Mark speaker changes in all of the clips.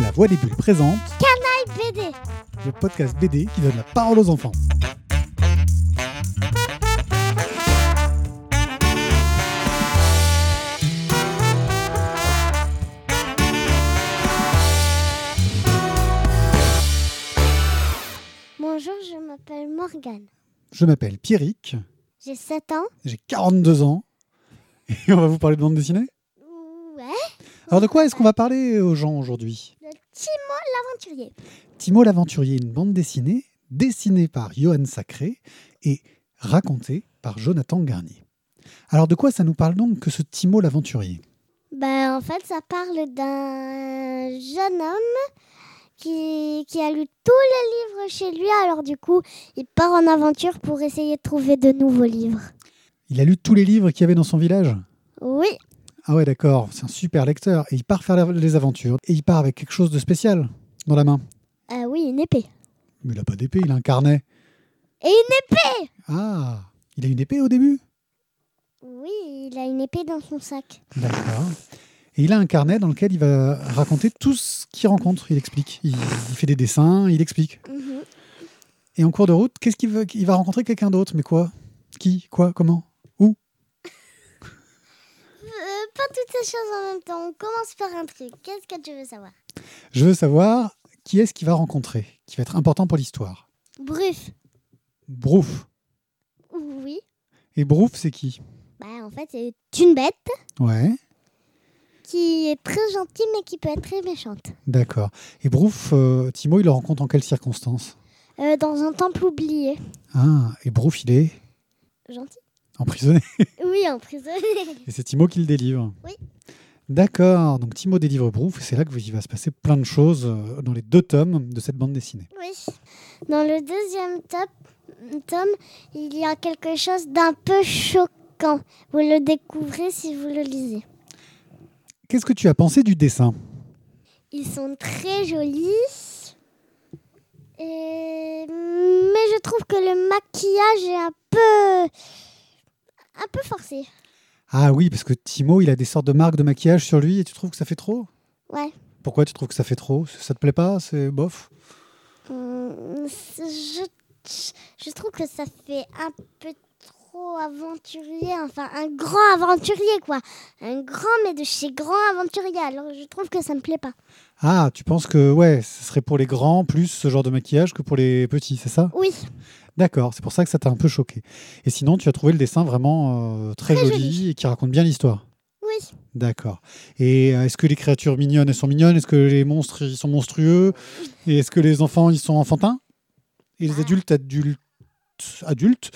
Speaker 1: La Voix des Bulles présente
Speaker 2: BD.
Speaker 1: le podcast BD qui donne la parole aux enfants.
Speaker 2: Bonjour, je m'appelle Morgane.
Speaker 1: Je m'appelle Pierrick,
Speaker 2: J'ai 7 ans.
Speaker 1: j'ai 42 ans et on va vous parler de bande dessinée.
Speaker 2: Ouais.
Speaker 1: Alors de quoi est-ce qu'on va parler aux gens aujourd'hui
Speaker 2: Le Timon l'aventurier.
Speaker 1: Timo l'aventurier, une bande dessinée dessinée par Johan Sacré et racontée par Jonathan Garnier. Alors de quoi ça nous parle donc que ce Timo l'aventurier
Speaker 2: Ben, en fait, ça parle d'un jeune homme qui, qui a lu tous les livres chez lui. Alors, du coup, il part en aventure pour essayer de trouver de nouveaux livres.
Speaker 1: Il a lu tous les livres qu'il y avait dans son village
Speaker 2: Oui.
Speaker 1: Ah ouais d'accord, c'est un super lecteur et il part faire la- les aventures et il part avec quelque chose de spécial dans la main.
Speaker 2: Ah oui, une épée.
Speaker 1: Mais il n'a pas d'épée, il a un carnet.
Speaker 2: Et une
Speaker 1: Ah, il a une épée au début
Speaker 2: Oui, il a une épée dans son sac.
Speaker 1: D'accord. Et il a un carnet dans lequel il va raconter tout ce qu'il rencontre. Il explique. Il, il fait des dessins, il explique.
Speaker 2: Mhm.
Speaker 1: Et en cours de route, qu'est-ce qu'il veut Il va rencontrer quelqu'un d'autre. Mais quoi Qui Quoi Comment
Speaker 2: Euh, pas toutes ces choses en même temps. On commence par un truc. Qu'est-ce que tu veux savoir
Speaker 1: Je veux savoir qui est-ce qu'il va rencontrer, qui va être important pour l'histoire.
Speaker 2: Bruf.
Speaker 1: Brouf.
Speaker 2: Oui.
Speaker 1: Et Brouf, c'est qui
Speaker 2: Bah, en fait, c'est une bête.
Speaker 1: Ouais,
Speaker 2: qui est très gentille mais qui peut être très méchante.
Speaker 1: d'accord. Et Brouf, euh, Timo, il le rencontre en quelles circonstances
Speaker 2: Euh, dans un temple oublié.
Speaker 1: Ah, et Brouf, il est
Speaker 2: Gentil
Speaker 1: emprisonné.
Speaker 2: Oui, emprisonné.
Speaker 1: Et c'est Timo qui le délivre.
Speaker 2: Oui.
Speaker 1: D'accord, donc Timo délivre Brouf, et c'est là qu'il va se passer plein de choses euh, dans les deux tomes de cette bande dessinée.
Speaker 2: Oui. Dans le deuxième top- tome, il y a quelque chose d'un peu choquant. Vous le découvrez si vous le lisez.
Speaker 1: Qu'est-ce que tu as pensé du dessin
Speaker 2: Ils sont très jolis. Et... Mais je trouve que le maquillage est un peu... Un peu forcé.
Speaker 1: Ah oui, parce que Timo, il a des sortes de marques de maquillage sur lui, et tu trouves que ça fait trop
Speaker 2: Ouais.
Speaker 1: Pourquoi tu trouves que ça fait trop Ça te plaît pas C'est bof
Speaker 2: Hum, c'est- Je, je trouve que ça fait un peu trop aventurier, enfin un grand aventurier quoi. Un grand mais de chez grand aventurier, alors je trouve que ça me plaît pas.
Speaker 1: Ah, tu penses que, ouais, ce serait pour les grands plus ce genre de maquillage que pour les petits, c'est ça
Speaker 2: Oui,
Speaker 1: D'accord, c'est pour ça que ça t'a un peu choqué. Et sinon, tu as trouvé le dessin vraiment euh, très,
Speaker 2: Très
Speaker 1: joli, et qui raconte bien l'histoire
Speaker 2: oui,
Speaker 1: D'accord. Et euh, est-ce que les créatures mignonnes, elles sont mignonnes Est-ce que les monstres, ils sont monstrueux Et est-ce que les enfants, ils sont enfantins Et
Speaker 2: Ah.
Speaker 1: les adultes, adultes, adultes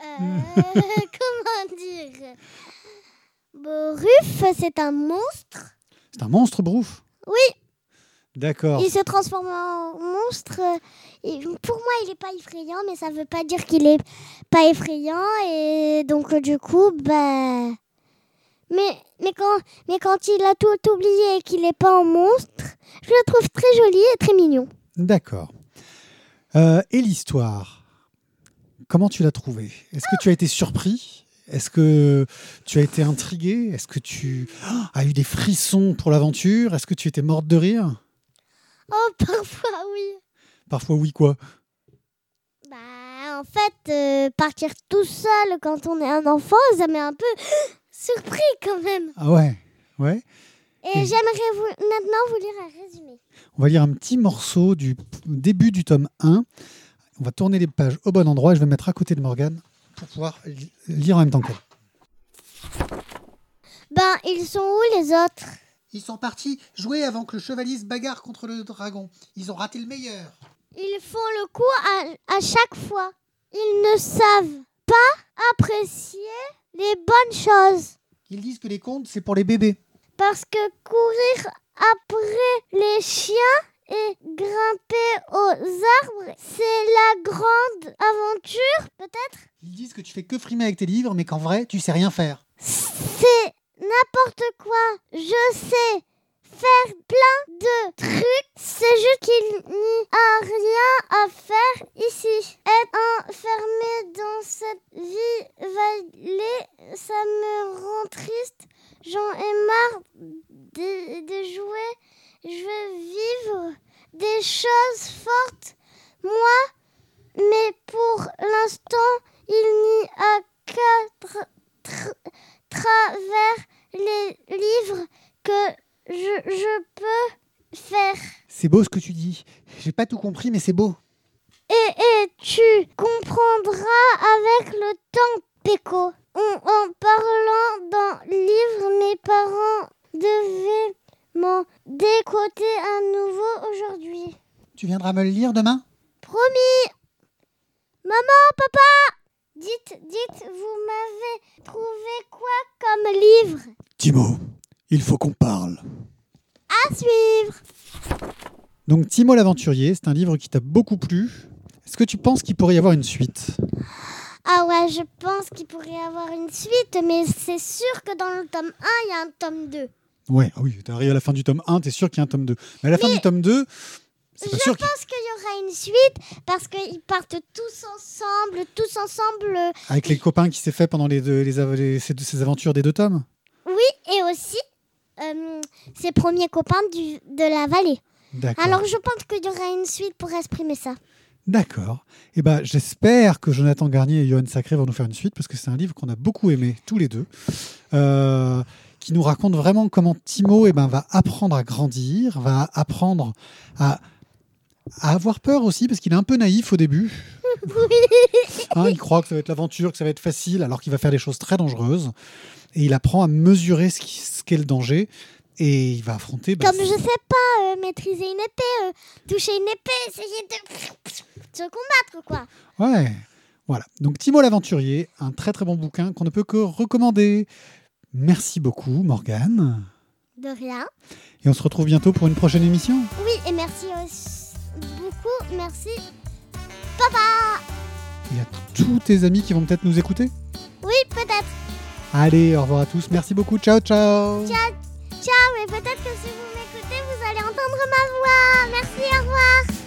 Speaker 2: Euh, comment dire Boruf, c'est un monstre.
Speaker 1: C'est un monstre, Brouf
Speaker 2: Oui.
Speaker 1: D'accord.
Speaker 2: Il se transforme en monstre. Et pour moi, il n'est pas effrayant, mais ça veut pas dire qu'il est pas effrayant. Et donc, euh, du coup, bah. Mais, mais, quand, mais quand il a tout oublié et qu'il n'est pas en monstre, je le trouve très joli et très mignon.
Speaker 1: D'accord. Euh, et l'histoire Comment tu l'as trouvée Est-ce que tu as été surpris Est-ce que tu as été intrigué Est-ce que tu Ah, as eu des frissons pour l'aventure Est-ce que tu étais morte de rire
Speaker 2: Oh, parfois, oui.
Speaker 1: Parfois, oui, quoi.
Speaker 2: Bah, en fait, euh, partir tout seul quand on est un enfant, ça m'est un peu surpris quand même.
Speaker 1: Ah ouais Ouais
Speaker 2: Et
Speaker 1: Et-
Speaker 2: j'aimerais vous, maintenant vous lire un résumé.
Speaker 1: On va lire un petit morceau du p- début du tome 1. On va tourner les pages au bon endroit et je vais me mettre à côté de Morgane pour pouvoir li- lire en même temps qu'elle.
Speaker 2: Ben, ils sont où les autres
Speaker 3: Ils sont partis jouer avant que le chevalier se bagarre contre le dragon. Ils ont raté le meilleur.
Speaker 2: Ils font le coup à, à chaque fois. Ils ne savent pas apprécier les bonnes choses.
Speaker 3: Ils disent que les contes, c'est pour les bébés.
Speaker 2: Parce que courir après les chiens et grimper aux arbres, c'est la grande aventure, peut-être
Speaker 3: Ils disent que tu fais que frimer avec tes livres, mais qu'en vrai, tu sais rien faire.
Speaker 2: C'est n'importe quoi. Je sais faire plein de trucs. C'est juste qu'il n'y a rien à faire ici. Être enfermé dans cette vie vallée, ça me rend triste. J'en ai marre de, de jouer. Je veux vivre des choses fortes, moi, mais pour l'instant, il n'y a qu'à tra- tra- travers les livres que je, je peux faire.
Speaker 1: C'est beau ce que tu dis. J'ai pas tout compris, mais c'est beau.
Speaker 2: Et, et tu comprendras avec le temps, Péco. En, en parlant d'un livre, mes parents devaient m'en décoter à nouveau aujourd'hui.
Speaker 1: Tu viendras me le lire demain
Speaker 2: Promis Maman, papa Dites, dites, vous m'avez trouvé quoi comme livre
Speaker 1: Timo, il faut qu'on parle.
Speaker 2: À suivre
Speaker 1: Donc Timo l'aventurier, c'est un livre qui t'a beaucoup plu. Est-ce que tu penses qu'il pourrait y avoir une suite
Speaker 2: Ah ouais, je pense qu'il pourrait y avoir une suite, mais c'est sûr que dans le tome 1, il y a un tome 2.
Speaker 1: Ouais, ah oui, t'arrives à la fin du tome 1, t'es sûr qu'il y a un tome 2. Mais à la fin
Speaker 2: Mais-
Speaker 1: du tome 2, c'est pas
Speaker 2: Je
Speaker 1: sûr qu'il-
Speaker 2: pense qu'il y aura une suite parce qu'ils partent tous ensemble, tous ensemble. euh,
Speaker 1: avec les copains qui s'est fait pendant les deux, les, av- les- ces, deux- ces aventures des deux tomes.
Speaker 2: Oui, et aussi euh, ses premiers copains du, de la vallée.
Speaker 1: D'accord.
Speaker 2: Alors je pense qu'il y aura une suite pour exprimer ça.
Speaker 1: D'accord. Eh ben, j'espère que Jonathan Garnier et Johan Sacré vont nous faire une suite parce que c'est un livre qu'on a beaucoup aimé tous les deux, euh, qui nous raconte vraiment comment Timo eh ben, va apprendre à grandir, va apprendre à, à avoir peur aussi parce qu'il est un peu naïf au début. Hein, il croit que ça va être l'aventure, que ça va être facile, alors qu'il va faire des choses très dangereuses. Et il apprend à mesurer ce qui- ce qu'est le danger et il va affronter. bah,
Speaker 2: Comme je sais pas, euh, maîtriser une épée, euh, toucher une épée, essayer de se combattre quoi.
Speaker 1: Ouais. Voilà. Donc Timo l'aventurier, un très très bon bouquin qu'on ne peut que recommander. Merci beaucoup Morgane.
Speaker 2: De rien.
Speaker 1: Et on se retrouve bientôt pour une prochaine émission.
Speaker 2: Oui, et merci aussi beaucoup. Merci.
Speaker 1: Il y a tous tes amis qui vont peut-être nous écouter.
Speaker 2: Oui, peut-être.
Speaker 1: Allez, au revoir à tous. Merci beaucoup. Ciao, ciao.
Speaker 2: Ciao, mais peut-être que si vous m'écoutez, vous allez entendre ma voix. Merci, au revoir.